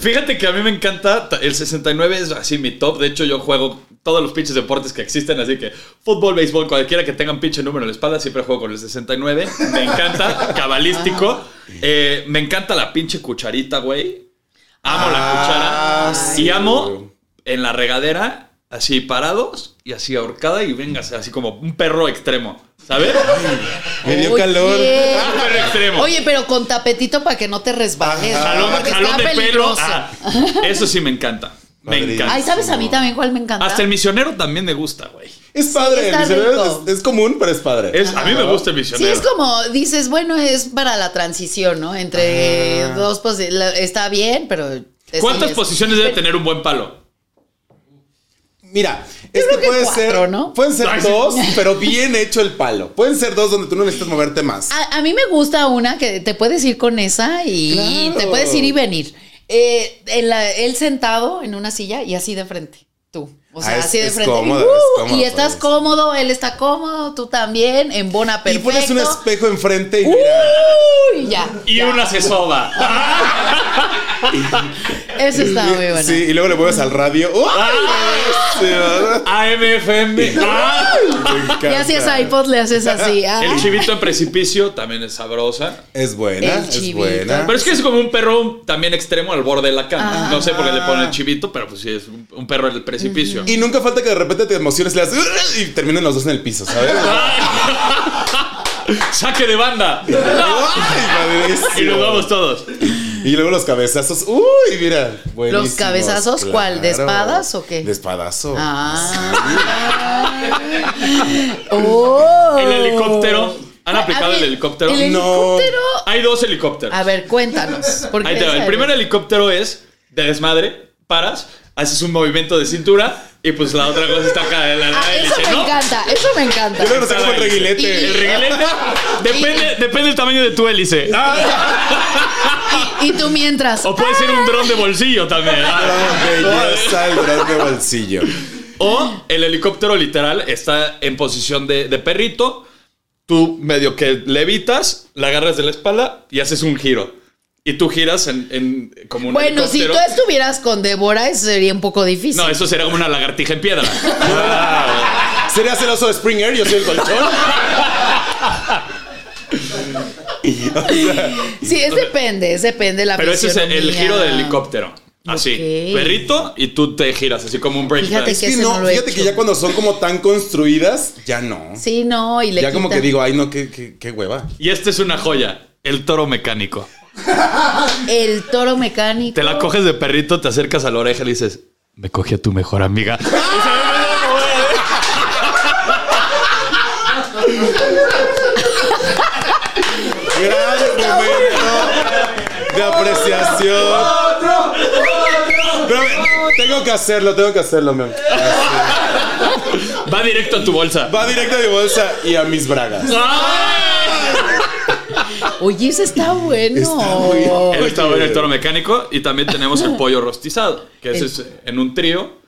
Fíjate que a mí me encanta. ta- El 69 es así mi top. De hecho, yo juego todos los pinches deportes que existen. Así que fútbol, béisbol, cualquiera que tengan pinche número en la espalda, siempre juego con el 69. Me [LAUGHS] Ah. encanta, cabalístico. Eh, me encanta la pinche cucharita, güey. Amo Ah, la cuchara. sí. Y amo en la regadera, así parados y así ahorcada. Y vengas así como un perro extremo, ¿sabes? Me dio Oye. calor. Un perro extremo. [LAUGHS] Oye, pero con tapetito para que no te resbales. Ajá. ¿no? Jalón, Porque jalón está de pelo. peligroso. ah, eso sí me encanta. Me Madre. encanta. Ay, ¿sabes a mí también cuál me encanta? Hasta el misionero también me gusta, güey. Es padre, Sí, está mis hermanos, rico. es, es común, pero es padre. Es- a mí me gusta el Sí, misionero. es como dices, bueno, es para la transición, ¿no? Entre Ah. dos, pues la- está bien, pero. te ¿Cuántas sigues. posiciones debe tener un buen palo? Mira, es que, creo que puede cuatro, ser, ¿no? pueden ser Ay, sí. [LAUGHS] dos, pero bien hecho el palo. Pueden ser dos donde tú no necesitas moverte más. A, a mí me gusta una que te puedes ir con esa y Claro. te puedes ir y venir. Eh, en la- él sentado en una silla y así de frente, tú. O sea, Ah, es- así de es frente. cómodo, ¡Uh! es cómodo, y estás pues. cómodo, él está cómodo, tú también, en bona Y perfecto. Uh, pones un espejo enfrente y mira. ¡Uy! Ya. Y ya. una se soba. [LAUGHS] Eso está muy bueno. [LAUGHS] Sí, y luego le mueves al radio. ¡Uy! Sí, ¿verdad? [LAUGHS] AMFM. Ah. Me Y encanta. así es iPod, le haces [LAUGHS] así. Ah. El chivito en precipicio también es sabrosa. Es buena, El es chivito. buena. Pero es que es como un perro también extremo al borde de la cama. Ah. No sé por qué le ponen chivito, pero pues sí, es un un perro en el precipicio. Y nunca falta que de repente te emociones le haces, "Ugh", y terminen los dos en el [LAUGHS] piso, ¿sabes? Ah, ¡Saque de banda! ¡Ay, Y padrísimo! nos vamos todos. Y luego los cabezazos. ¡Uy! Mira, buenísimos. ¿Los cabezazos cuál? ¿De espadas o qué? De espadazo. [LAUGHS] Ah. Oh. El helicóptero. ¿Han A aplicado ver, el helicóptero? El No. helicóptero. Hay dos helicópteros. A ver, cuéntanos. porque Ahí te va. El esa- primer helicóptero es de desmadre, paras, haces un movimiento de cintura y pues la otra cosa está acá de la Ah, nada y eso dice, me "No". encanta, eso me encanta. Yo no sé cómo el [LAUGHS] Y- reguilete. El [LAUGHS] reguilete depende, depende del tamaño de tu hélice. Ah. Y tú mientras. O puede ser un dron de bolsillo también. Ah, Belleza, el gran de bolsillo. O el helicóptero literal está en posición de, de perrito. Tú medio que levitas, la agarras de la espalda y haces un giro. Y tú giras en, en- como un Bueno, si helicóptero. tú estuvieras con Débora, eso sería un poco difícil. No, eso sería como una lagartija en [LAUGHS] piedra. Ah, Ah, ¿Serías el oso de Springer? Yo soy el colchón. sí, es depende, es depende de la Pero ese es el, el fisionomía. giro del helicóptero. Así, Ok. perrito y tú te giras, así como un break. Fíjate dance. que Sí, ese no, no lo he fíjate que hecho. ya cuando son como tan construidas, ya no. Sí, no, y le ya como quita. que digo, ay, no, qué, qué, qué hueva. Y esta es una joya, el toro mecánico. El toro mecánico. Te la coges de perrito, te acercas a la oreja y le dices, me cogí a tu mejor [LAUGHS] amiga. Gran momento de apreciación. Pero tengo que hacerlo, tengo que hacerlo, mi amor. Va directo a tu bolsa. Va directo a mi bolsa y a mis bragas. Oye, ese está bueno. Está muy bien. Él está bueno, el toro mecánico y también tenemos el pollo rostizado, que ese es en un trío.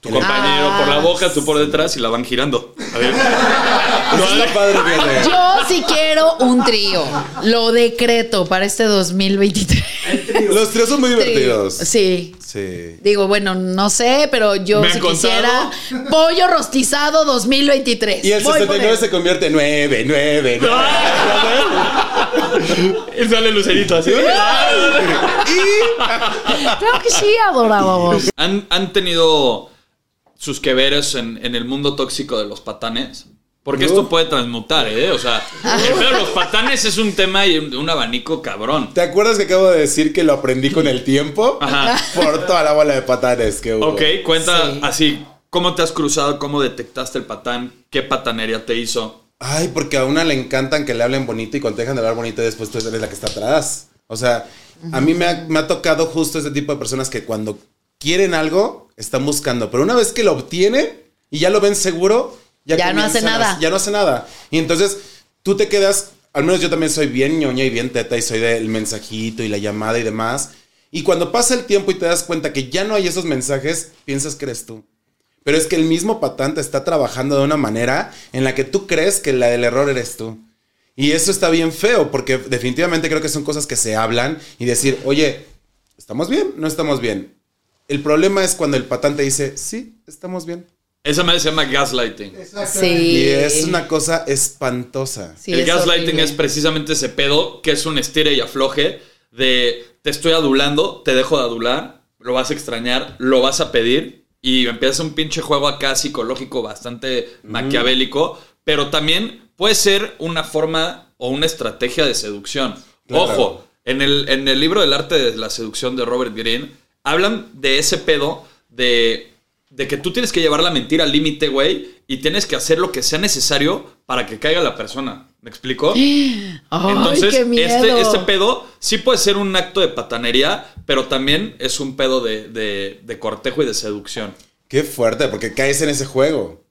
Tu compañero por la boca, tú por detrás y la van girando. A ver. Eso está padre, fíjate. Yo sí quiero un trío. Lo decreto para este 2023. Los tres son muy divertidos. Sí. Sí. Digo, bueno, no sé, pero yo ¿Me han si quisiera contado? pollo rostizado 2023. Y el Voy por 69 él. se convierte en 9, 9, 9. [LAUGHS] Y sale Lucerito así. Claro que sí, [LAUGHS] adorábamos. ¿Han, han tenido sus que veres en, en el mundo tóxico de los patanes? Porque esto puede transmutar, ¿eh? O [LAUGHS] sea, el pedo de los patanes es un tema y un, un abanico cabrón. ¿Te acuerdas que acabo de decir que lo aprendí con el tiempo? Ajá. Por toda la bola de patanes que hubo. Ok, cuenta Sí. así, ¿cómo te has cruzado? ¿Cómo detectaste el patán? ¿Qué patanería te hizo? Ay, porque a una le encantan que le hablen bonito y cuando te dejan de hablar bonito después tú eres la que está atrás. O sea, a mí me ha, me ha tocado justo ese tipo de personas que cuando quieren algo, están buscando. Pero una vez que lo obtienen y ya lo ven seguro, ya, Ya no hace comienzan a- nada. ya no hace nada. Y entonces tú te quedas, al menos yo también soy bien ñoña y bien teta y soy del mensajito y la llamada y demás. Y cuando pasa el tiempo y te das cuenta que ya no hay esos mensajes, piensas que eres tú. Pero es que el mismo patán te está trabajando de una manera en la que tú crees que la del error eres tú. Y eso está bien feo, porque definitivamente creo que son cosas que se hablan y decir, oye, ¿estamos bien? No estamos bien. El problema es cuando el patán te dice, sí, estamos bien. Esa madre se llama gaslighting. Sí. Y es una cosa espantosa. Sí, el es gaslighting horrible. es precisamente ese pedo que es un estire y afloje de te estoy adulando, te dejo de adular, lo vas a extrañar, lo vas a pedir y empieza un pinche juego acá psicológico bastante maquiavélico, pero también puede ser una forma o una estrategia de seducción. Claro. Ojo, en el, en el libro del arte de la seducción de Robert Greene, hablan de ese pedo de, de que tú tienes que llevar la mentira al límite, güey, y tienes que hacer lo que sea necesario para que caiga la persona. ¿Me explico? Ay, Entonces, qué miedo. Este, este pedo sí puede ser un acto de patanería, pero también es un pedo de, de- de cortejo y de seducción. Qué fuerte, porque caes en ese juego.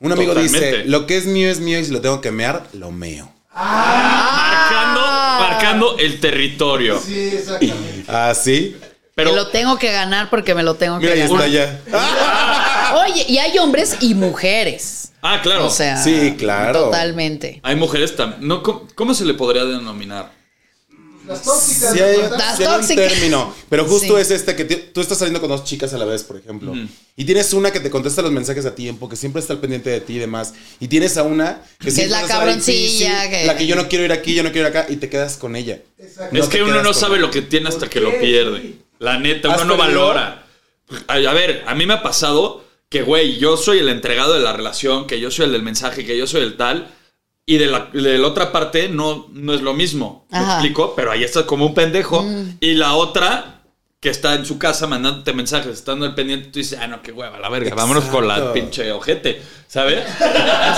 Un amigo Totalmente. dice, lo que es mío es mío y si lo tengo que mear, lo meo. Marcando, Ah. marcando el territorio. Sí, exactamente. Ah, sí. Pero me lo tengo que ganar porque me lo tengo Mira, que ahí ganar. está ya. Oye, y hay hombres y mujeres. Ah, claro. O sea, Sí, claro. Totalmente. Hay mujeres también. No, ¿cómo, cómo se le podría denominar? Las tóxicas. Sí hay, ¿verdad? Las sí hay un tóxicas. término, pero justo Sí. es este que ti- tú estás saliendo con dos chicas a la vez, por ejemplo, y tienes una que te contesta los mensajes a tiempo, que siempre está al pendiente de ti y demás, y tienes a una que, siempre es la vas a ver cabroncilla, difícil, que- la que yo no quiero ir aquí, yo no quiero ir acá, y te quedas con ella. Exacto. No es te que uno quedas no con- sabe lo que tiene hasta ¿Por que lo qué? pierde. La neta, ¿Has uno no perdido? valora. A, a ver, a mí me ha pasado que, güey, yo soy el entregado de la relación, que yo soy el del mensaje, que yo soy el tal. Y de la, de la otra parte no, no es lo mismo. ¿Me Ajá. explico? Pero ahí estás como un pendejo. Y la otra que está en su casa mandándote mensajes, estando al pendiente, tú dices, ah, no, qué hueva, la verga, vámonos con la Exacto. pinche ojete, ¿sabes?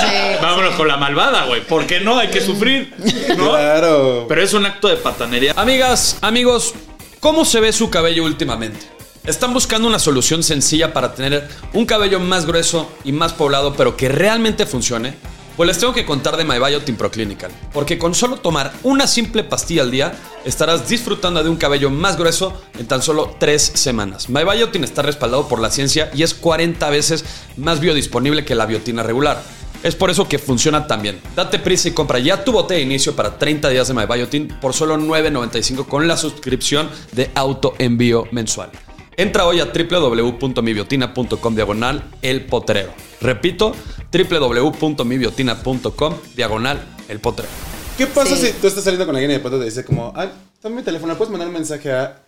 Sí. vámonos con la malvada, güey, porque no, hay que [LAUGHS] sufrir, ¿no? Claro. Pero es un acto de patanería. Amigas, amigos, ¿cómo se ve su cabello últimamente? ¿Están buscando una solución sencilla para tener un cabello más grueso y más poblado, pero que realmente funcione? Pues les tengo que contar de My Biotin Pro Clinical, porque con solo tomar una simple pastilla al día estarás disfrutando de un cabello más grueso en tan solo tres semanas. My Biotin está respaldado por la ciencia y es 40 veces más biodisponible que la biotina regular. Es por eso que funciona tan bien. Date prisa y compra ya tu bote de inicio para 30 días de MyBiotin por solo $9.95 con la suscripción de autoenvío mensual. Entra hoy a www.mibiotina.com diagonal el potrero. Repito, www.mibiotina.com diagonal el potrero. ¿Qué pasa Sí. si tú estás saliendo con alguien y de pronto te dice como, ay, toma mi teléfono, puedes mandar un mensaje a,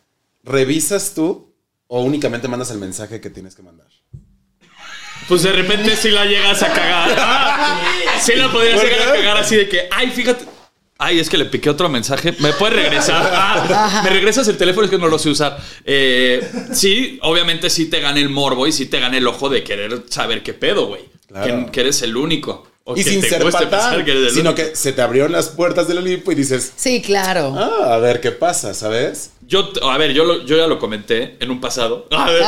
revisas tú o únicamente mandas el mensaje que tienes que mandar? Pues de repente si la llegas a [LAUGHS] Ah, cagar. Si la podrías ¿Por llegar a qué? cagar así de que, ay, fíjate. Ay, es que le piqué otro mensaje. ¿Me puedes [LAUGHS] regresar? Ah, me regresas el teléfono, es que no lo sé usar. Eh, sí, obviamente sí te gana el morbo y sí te gana el ojo de querer saber qué pedo, güey. Claro. Que, que eres el único. O y que sin te ser guste patán, pensar que eres el sino único. que se te abrieron las puertas del Olimpo y dices, Sí, claro. ah, a ver qué pasa, ¿sabes? Yo, a ver, yo, lo- yo ya lo comenté en un pasado. [LAUGHS] A [LAUGHS] ver.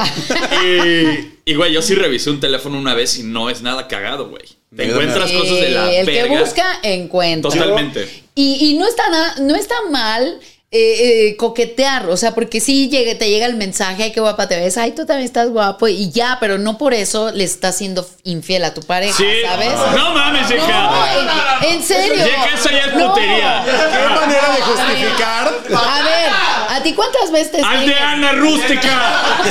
y, y, güey, yo sí revisé un teléfono una vez y no es nada cagado, güey. Te Mírame. encuentras Sí, cosas de la el que verga. busca, encuentra. Totalmente. Y, y no está na- no está mal eh, eh, coquetear, o sea, porque sí llega- te llega el mensaje, ay, qué guapa te ves, ay, tú también estás guapo, y ya, pero no por eso le estás siendo infiel a tu pareja, Sí. Ah. ¿sabes? No mames, No, hija. en, en serio. Hija, eso ya es No. putería. ¿Qué manera de justificar? A ver, ¿a ti cuántas veces te ¡Al de escriben? Ana Rústica!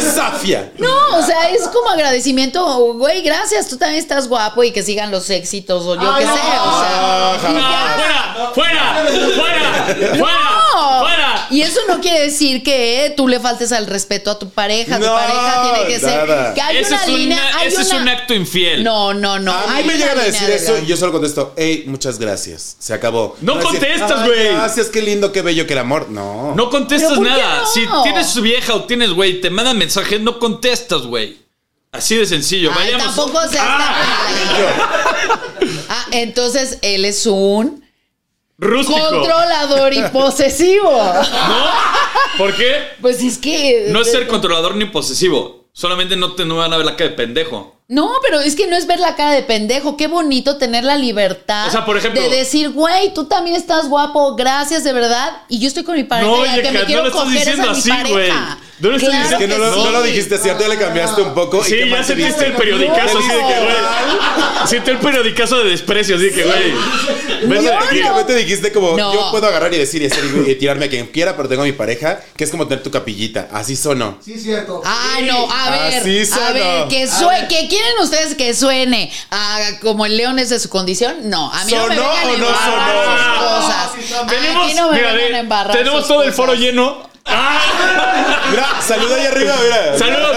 Safia. No, o sea, es como agradecimiento, güey, gracias, tú también estás guapo y que sigan los éxitos o yo qué sé, o sea. ¡No! ¡Fuera! ¡Fuera! ¡Fuera! ¡Fuera! No. ¡Fuera! Y eso no quiere decir que tú le faltes al respeto a tu pareja. tu No, pareja tiene que nada. ser. Que hay Ese una es, un- línea. hay ese es una- un acto infiel. No, no, no. A mí hay me una llegan a línea decir de eso la- y yo solo contesto, hey, muchas gracias, se acabó. No es decir, contestas, "Ay, güey". Gracias, qué lindo, qué bello, qué el amor. No. No contestas ¿Pero por qué nada. no? Si tienes vieja o tienes güey, te mandan mensajes, no contestas, güey. Así de sencillo. Ay, Vayamos. tampoco seas Ah, tan- Ah, entonces él es un rústico. controlador y [LAUGHS] posesivo. ¿No? ¿Por qué? [LAUGHS] Pues es que. No es ser controlador ni posesivo. Solamente no te no van a ver la cara de pendejo. No, pero es que no es ver la cara de pendejo. Qué bonito tener la libertad O sea, por ejemplo- de decir, güey, tú también estás guapo, gracias de verdad. Y yo estoy con mi pareja No, y al hija, que me no quiero lo estás coger es diciendo a mi así, güey. pareja. No lo estás Claro Es que diciendo no que lo, sí. no lo dijiste así, ya le cambiaste un poco. y Sí, qué ya mal te sentiste el viste. periodicazo No. así de que, güey. Siente el periodicazo de desprecio, así que, güey. vete de aquí. Prácticamente dijiste como, No. yo puedo agarrar y decir y, hacer y- y tirarme a quien quiera, pero tengo a mi pareja, que es como tener tu capillita. Así sonó. Sí, cierto. Ah, no, a ver, Así sonó. a ver, que A suene, ver. que quieren ustedes que suene ah, como el león es de su condición, no, a mí no me ¿Sonó vengan o a no embarrar sonó? sus No, cosas. sí sonó. A Tenemos, mí no me mira, vengan ve, a embarrar tenemos sus todo el cosas. foro lleno. ¡Ah! Mira, saluda ahí arriba, mira. ¡Saludos!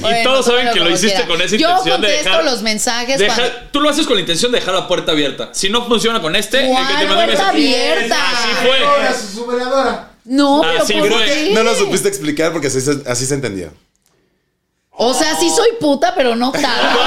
Bueno, todos saben bueno, que lo como hiciste quiera. con esa Yo intención de contesto dejar- los mensajes Deja- cuando- tú lo haces con la intención de dejar la puerta abierta. Si no funciona con este, el que te ¿Cuál manda un puerta mensaje. abierta? Así Ahora fue. su superadora. No, pero Así ¿por fue. qué? No lo supiste explicar porque así, se- así se entendió. O sea, sí soy puta, [LAUGHS] pero no tanto.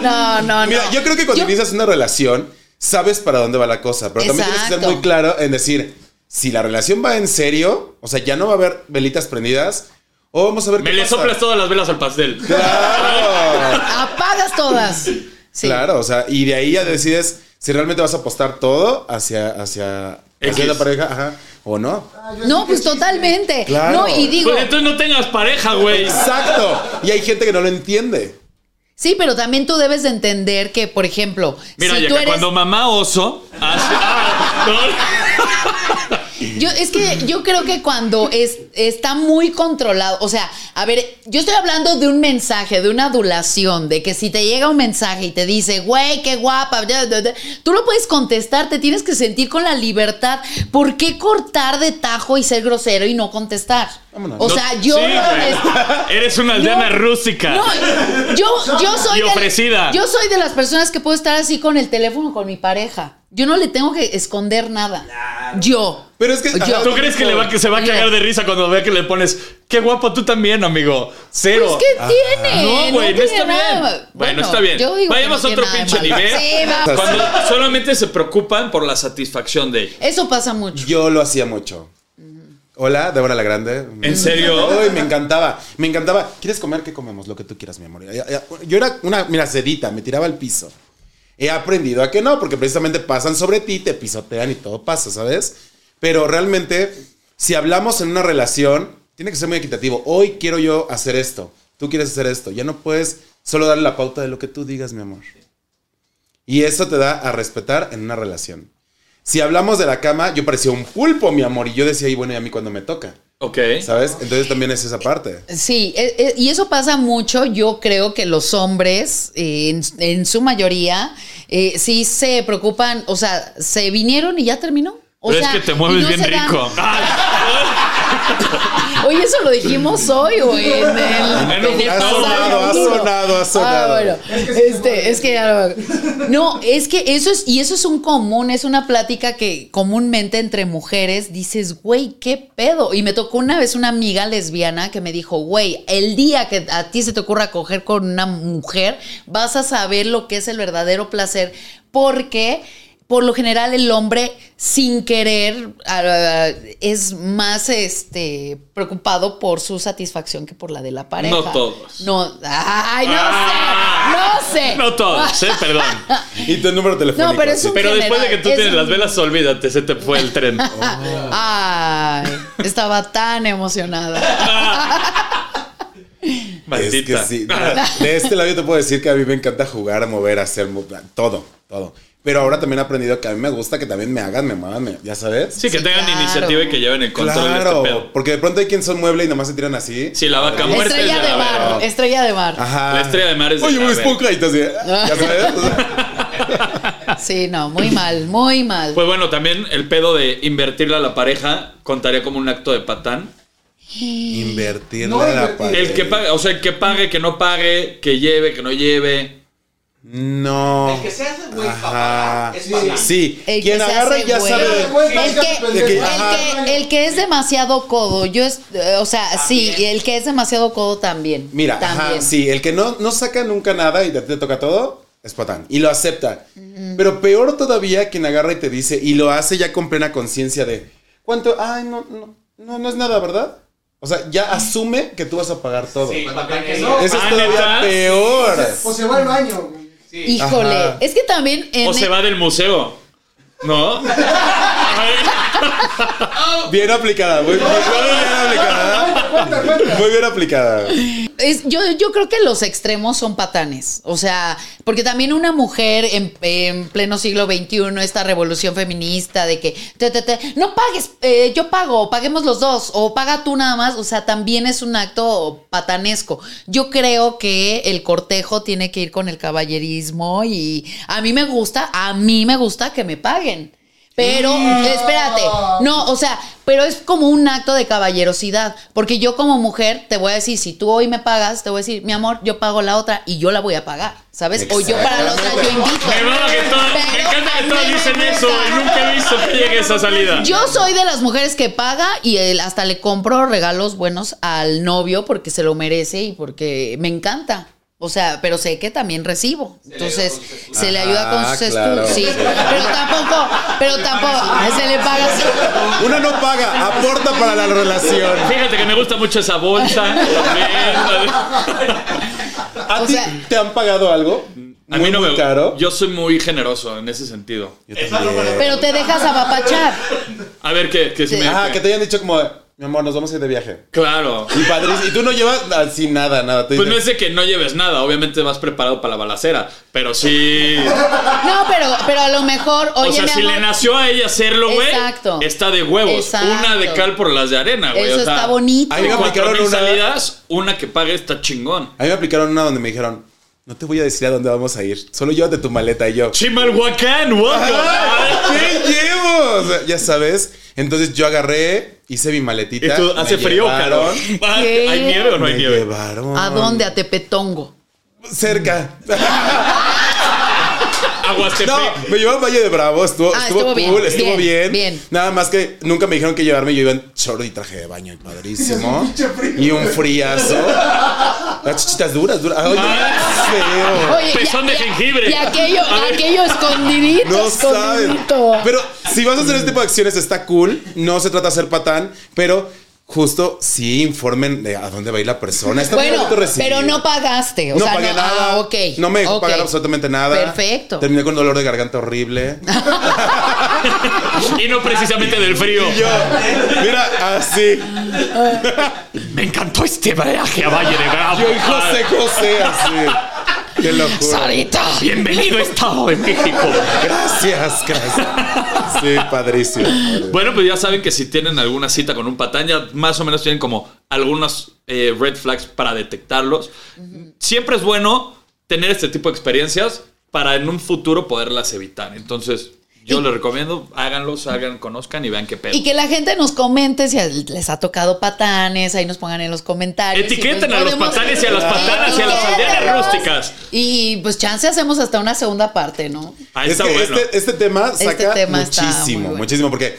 No, no, no. Mira, yo creo que cuando Yo- inicias una relación, sabes para dónde va la cosa, pero también tienes que ser Exacto. muy claro en decir, si la relación va en serio, o sea, ya no va a haber velitas prendidas, o vamos a ver Me qué le pasa. [LAUGHS] soplas todas las velas al pastel. Claro, Apagas todas. Sí. claro, o sea, y de ahí ya decides si realmente vas a apostar todo hacia, hacia Así es la X. pareja, ajá. O no. Ah, yo No, sí que pues chiste. totalmente. Claro. No, y digo, Pues entonces no tengas pareja, güey. Exacto. Y hay gente que no lo entiende. sí, pero también tú debes de entender que, por ejemplo, Mira, si ya tú eres. cuando mamá oso hace. Ah, no. Yo, es que yo creo que cuando es, está muy controlado, o sea, a ver, yo estoy hablando de un mensaje, de una adulación, de que si te llega un mensaje y te dice, güey, qué guapa, bla, bla, bla", tú lo puedes contestar, te tienes que sentir con la libertad. ¿Por qué cortar de tajo y ser grosero y no contestar? Vámonos. O No, sea, Ah, yo sí, lo güey. honest- Eres una aldeana No. rústica. No, yo, yo soy. Y de- ofrecida. yo soy de las personas que puedo estar así con el teléfono con mi pareja. Yo no le tengo que esconder nada. Yo. Pero es que- ajá, ¿Tú crees que le va, que se va a cagar de risa cuando vea que le pones, qué guapo tú también, amigo? Cero. Pues, Ah. ¿qué tiene? Ah, No, güey, no, tiene está bien. nada. Bueno, está bien. yo digo que Vayamos no a otro tiene pinche nada de malo. nivel. Sí, vamos. Cuando solamente se preocupan por la satisfacción de ella. Eso pasa mucho. Yo lo hacía mucho. Hola, Débora la Grande. ¿En serio? Ay, me encantaba. Me encantaba. ¿Quieres comer? ¿Qué comemos? Lo que tú quieras, mi amor. Ya, ya. Yo era una, mira, sedita, me tiraba al piso. He aprendido a que no, porque precisamente pasan sobre ti, te pisotean y todo pasa, ¿sabes? Pero realmente, si hablamos en una relación, tiene que ser muy equitativo. Hoy quiero yo hacer esto. Tú quieres hacer esto. Ya no puedes solo darle la pauta de lo que tú digas, mi amor. Y eso te da a respetar en una relación. Si hablamos de la cama, yo parecía un pulpo, mi amor, y yo decía, y bueno, y a mí cuando me toca, Ok. ¿sabes? Entonces también es esa parte. Sí, eh, eh, y eso pasa mucho. Yo creo que los hombres, eh, en, en su mayoría, eh, sí se preocupan, o sea, se vinieron y ya terminó. O Pero sea, es que te mueves y no bien se dan- Ah, rico. Oye, eso lo dijimos hoy o en el. [LAUGHS] En un en el Ha pasado sonado, ha duro. sonado, ha sonado. Ah, bueno. Es que sí se Este, puede. es que ya no. No, es que eso es, y eso es un común, es una plática que comúnmente entre mujeres dices, güey, qué pedo. Y me tocó una vez una amiga lesbiana que me dijo, güey, el día que a ti se te ocurra coger con una mujer, vas a saber lo que es el verdadero placer, porque por lo general el hombre sin querer ah, es más este preocupado por su satisfacción que por la de la pareja. No todos. No, ay, no Ah. sé, no sé. No Ah. todos, eh, [LAUGHS] perdón. Y tu número telefónico. No, pero es así. [LAUGHS] un- Pero después de que general, tú es tienes un- las velas, olvídate, se te fue el [LAUGHS] tren. Ay, estaba tan emocionada. [LAUGHS] Es que Maldita. [LAUGHS] sí. Mira, De este lado yo te puedo decir que a mí me encanta jugar, mover, hacer mo- todo, todo. Pero ahora también he aprendido que a mí me gusta que también me hagan, me muevan, me- ya sabes. Sí, que Sí, tengan claro. iniciativa y que lleven el control de este Claro, pedo. porque de pronto hay quien son mueble y nomás se tiran así. Sí, la vaca muerta es Estrella de de la verga. mar, estrella de mar. Ajá. La estrella de mar es de Oye, la me verga. esponja y tú así, ya sabes. O sea, Sí, no, muy mal, muy mal. Pues bueno, también el pedo de invertirle a la pareja contaría como un acto de patán. Invertirle No, a la invertir. pareja. El que pague, o sea, el que pague, que no pague, que lleve, que no lleve. No. El que se hace güey Ajá. para pagar es patán. Sí. El que Quien se agarra hace ya güey. sabe. Ya se fue, El ya se que, perdió. el, que- Ajá. el que es demasiado codo, yo es, eh, o sea, sí, y el que es demasiado codo también. Mira, también. ajá, sí, el que no, no saca nunca nada y te, te toca todo, es patán. Y lo acepta. Pero peor todavía quien agarra y te dice, y lo hace ya con plena conciencia de cuánto, ay, no, no, no, no es nada, ¿verdad? O sea, ya asume que tú vas a pagar todo. Sí, Eso para que Eso- no. es Ah, todavía ¿neta? peor. O se va al baño. güey. Sí. Híjole, Ajá. es que también en O se va del museo. [LAUGHS] ¿No? Bien aplicada, muy, muy- muy bien aplicada. Cuenta, cuenta. Muy bien aplicada. Es- yo, yo creo que los extremos son patanes. O sea, porque también una mujer en, en pleno siglo XXI, esta revolución feminista de que te, te, te, no pagues, eh, yo pago, paguemos los dos, o paga tú nada más. O sea, también es un acto patanesco. Yo creo que el cortejo tiene que ir con el caballerismo y a mí me gusta, a mí me gusta que me paguen. Pero, espérate, no, o sea, pero es como un acto de caballerosidad, porque yo como mujer te voy a decir, si tú hoy me pagas, te voy a decir, mi amor, yo pago la otra y yo la voy a pagar, ¿sabes? O yo para la otra, yo invito. Me mama que todas- me Pero encanta que todas también dicen me eso gusta. y nunca he visto que llegue esa salida. Yo soy de las mujeres que paga y él hasta le compro regalos buenos al novio porque se lo merece y porque me encanta. O sea, pero sé que también recibo. Entonces, se le ayuda con Ah, sus claro. estudios. Sí, pero tampoco, pero tampoco, ay, se le paga. así. Una no paga, aporta para la relación. Fíjate que me gusta mucho esa [LAUGHS] bolsa. también. ¿A O ti sea- te han pagado algo? A muy, mí no muy me caro. Yo soy muy generoso en ese sentido. Yo también. Pero te dejas apapachar. A ver, que, que si Sí. me. Ajá, que te hayan dicho como, mi amor, nos vamos a ir de viaje. Claro. Y padrísimo. Y tú no llevas así nada, nada. Te Pues no dicen, es de que no lleves nada, obviamente vas preparado para la balacera, pero sí. No, pero, pero a lo mejor, oye, o sea, mi si amor, le nació a ella hacerlo, güey, Exacto. está de huevos. Exacto. Una de cal por las de arena, güey. eso o sea, está bonito. ahí de me cuatro aplicaron mil una- salidas, una que pague está chingón. A mí me aplicaron una donde me dijeron, no te voy a decir a dónde vamos a ir. Solo llévate tu maleta y yo. Chimalhuacán, Ah, guapo. Ah, ¿Qué llevo? O sea, ya sabes. Entonces yo agarré, hice mi maletita. Y tú, me hace frío, llevaron, cabrón. ¿Hay nieve o no hay me nieve? llevaron. ¿A dónde? A Tepetongo. Cerca. No, Aguastepec. me llevó al Valle de Bravo, estuvo, Ah, estuvo, estuvo bien, cool, estuvo bien, bien, bien. Nada más que nunca me dijeron que llevarme, yo iba en short y traje de baño, y Y un padrísimo. [LAUGHS] pinche frío. Y un friazo. Las chichitas duras, duras. Ay, qué feo. Oye, Pezón de jengibre. Y aquello, A ver. aquello escondidito. No sabes. escondidito. Pero si vas a hacer este tipo de acciones está cool, no se trata de ser patán, pero justo sí informen de a dónde va a ir la persona. Está muy bueno, bonito recibir. pero no pagaste. O no sea, pagué no, nada. Ah, ok. No me dejó ok. pagar absolutamente nada. Perfecto. Terminé con dolor de garganta horrible. Y no precisamente del frío. Yo, mira, así. Me encantó este viaje a Valle de Bravo. Yo y José José, así. Qué locura. Sarita. Bienvenido, Estado de México. Gracias, gracias. Sí, padrísimo. padrísimo. Bueno, pues ya saben que si tienen alguna cita con un patán, ya más o menos tienen como algunas eh, red flags para detectarlos. Siempre es bueno tener este tipo de experiencias para en un futuro poderlas evitar. Entonces, yo Y- les recomiendo, háganlos, hagan, conozcan y vean qué pedo. Y que la gente nos comente si les ha tocado patanes, ahí nos pongan en los comentarios. Etiqueten Y, pues, a los patanes y a las patanas y a las aldeanas rústicas. Y pues chance hacemos hasta una segunda parte, ¿no? Ahí Es está que bueno. este, este tema Este saca tema está muy muchísimo, bueno. muchísimo, porque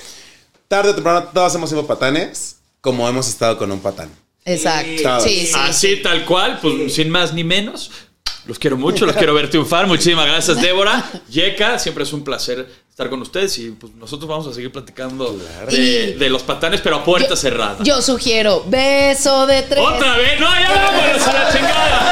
tarde o temprano todos hemos sido patanes, como hemos estado con un patán. Exacto. Claro. Sí, sí. Así tal cual, pues sin más ni menos. Los quiero mucho, los quiero ver triunfar. Muchísimas gracias, Débora. Yeka, siempre es un placer estar con ustedes y pues nosotros vamos a seguir platicando de, Y- de los patanes, pero a puerta cerrada. Yo sugiero beso de tres. Otra vez, no, ya vámonos a la chingada.